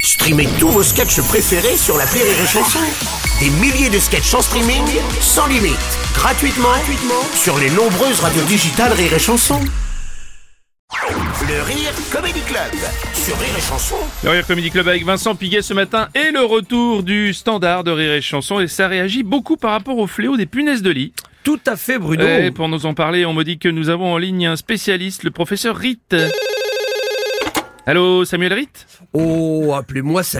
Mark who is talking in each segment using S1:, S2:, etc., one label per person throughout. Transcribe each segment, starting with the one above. S1: Streamez tous vos sketchs préférés sur la Rire et Chanson. Des milliers de sketchs en streaming, sans limite, gratuitement, gratuitement sur les nombreuses radios digitales Rire et Chanson. Le Rire Comedy Club sur Rire et Chanson.
S2: Le Rire Comedy Club avec Vincent Piguet ce matin et le retour du standard de Rire et Chanson et ça réagit beaucoup par rapport au fléau des punaises de lit.
S3: Tout à fait, Bruno.
S2: Et pour nous en parler, on me dit que nous avons en ligne un spécialiste, le professeur Ritt. Allô, Samuel Ritt
S3: Oh, appelez-moi ça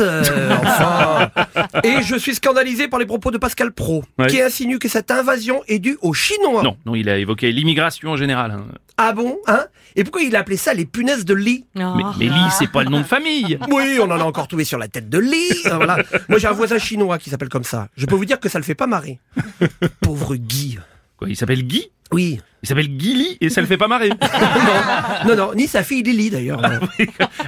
S3: euh, enfin. Et je suis scandalisé par les propos de Pascal Pro,
S2: Ouais.
S3: qui insinue que cette invasion est due aux Chinois.
S2: Non, non, il a évoqué l'immigration en général. hein.
S3: Ah bon Hein Et pourquoi il a appelé ça les punaises de lit
S2: Mais, mais Lee, c'est pas le nom de famille.
S3: Oui, on en a encore trouvé sur la tête de lit. euh, Voilà. Moi, j'ai un voisin chinois qui s'appelle comme ça. Je peux vous dire que ça le fait pas marrer. Pauvre Guy.
S2: Quoi, il s'appelle Guy
S3: Oui.
S2: Il s'appelle Guy Lee et ça le fait pas marrer.
S3: Non, non, ni sa fille Lily d'ailleurs.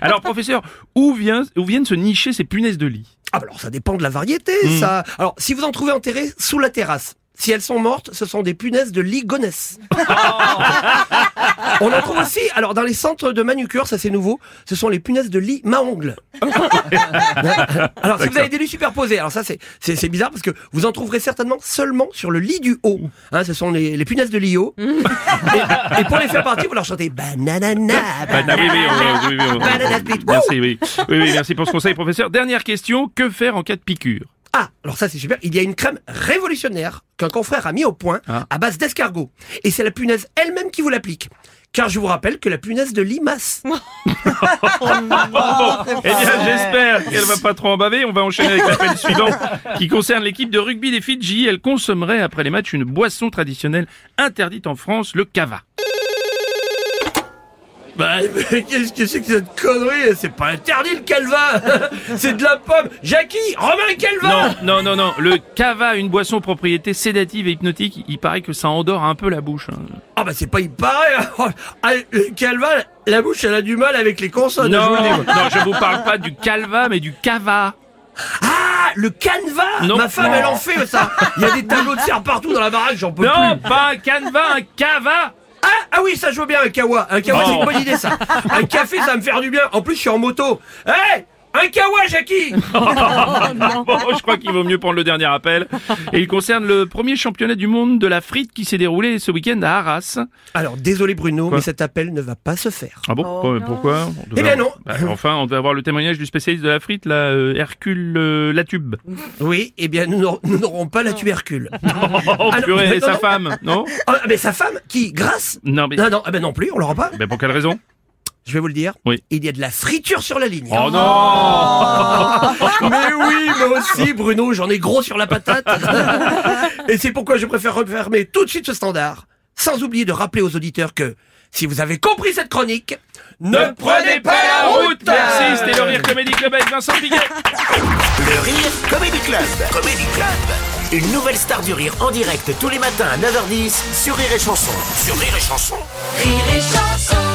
S2: Alors, professeur, où, vient, où viennent se nicher ces punaises de lit
S3: Ah bah alors ça dépend de la variété,
S2: Hmm.
S3: ça. Alors si vous en trouvez enterrées sous la terrasse. Si elles sont mortes, ce sont des punaises de ligonesse.
S2: Oh.
S3: On en trouve aussi, alors dans les centres de manucure, ça c'est nouveau, ce sont les punaises de lit ma-ongle. alors si vous avez des lits superposés, alors ça c'est- c'est c'est bizarre parce que vous en trouverez certainement seulement sur le lit du haut. Hein, ce sont les, les punaises de lit
S2: Hmm.
S3: haut. et, et pour les faire partir, vous leur chantez bananana.
S2: Banana, Bah, oui, oui, on- oui, oui, on-
S3: Banana split.
S2: Merci, oui. Oui, oui, merci pour ce conseil, professeur. Dernière question, que faire en cas de piqûre
S3: Ah, alors ça c'est super, il y a une crème révolutionnaire qu'un confrère a mis au point
S2: Ah.
S3: à base d'escargot. Et c'est la punaise elle-même qui vous l'applique. Car je vous rappelle que la punaise de limace.
S2: Eh bien, j'espère qu'elle va pas trop en baver. On va enchaîner avec l'appel suivant qui concerne l'équipe de rugby des Fidji. Elle consommerait après les matchs une boisson traditionnelle interdite en France, le cava.
S3: Bah, mais qu'est-ce que c'est que cette connerie C'est pas interdit le calva C'est de la pomme Jackie Romain calva
S2: Non, non, non, non. Le cava, une boisson aux propriétés sédatives et hypnotiques, il paraît que ça endort un peu la bouche. hein.
S3: Ah bah c'est pas il paraît Ah, le calva, la bouche elle a du mal avec les consonnes je vous
S2: Oh, Non,
S3: le dis, moi.
S2: non, je vous parle pas du calva, mais du cava.
S3: Ah Le canevas
S2: Non.
S3: Ma femme
S2: Non.
S3: elle en fait ça Il y a des tableaux de serre partout dans la baraque, j'en peux plus
S2: Non, pas un canevas, un cava
S3: Ah, ah oui, ça je veux bien, un kawa. Un kawa,
S2: Oh.
S3: c'est une bonne idée, ça. Un café, ça va me faire du bien. En plus, je suis en moto. Hé Un kawa, Jackie
S2: Ah Bon, je crois qu'il vaut mieux prendre le dernier appel. Et il concerne le premier championnat du monde de la frite qui s'est déroulé ce week-end à Arras.
S3: Alors, désolé, Bruno,
S2: Quoi
S3: mais cet appel ne va pas se faire.
S2: Ah bon Pour- Pourquoi On devait-
S3: Oh, Eh bien, non.
S2: Bah, Enfin, on devait avoir le témoignage du spécialiste de la frite, là, euh, Hercule euh, Latube.
S3: Oui, eh bien, nous n'aurons- nous n'aurons pas la tubercule.
S2: Oh,
S3: Alors,
S2: purée,
S3: mais
S2: et
S3: Ah non,
S2: sa
S3: non.
S2: femme, non
S3: Ah, mais sa femme, qui, grâce
S2: Non, mais...
S3: Non, non, ah ben non plus, on l'aura pas.
S2: mais pour quelle raison
S3: Je vais vous le dire.
S2: Oui.
S3: Il y a de la friture sur la ligne. hein.
S2: Oh non
S3: Mais oui, moi aussi, Bruno, j'en ai gros sur la patate. Et c'est pourquoi je préfère refermer tout de suite ce standard, sans oublier de rappeler aux auditeurs que, si vous avez compris cette chronique, ne prenez pas la route
S2: Merci, c'était le Rire Comédie Club avec Vincent Piguet
S1: Le Rire Comedy Club. Comedy Club. Une nouvelle star du rire en direct tous les matins à 9h10 sur Rire et Chanson. Sur Rire et Chanson.
S4: Rire et chanson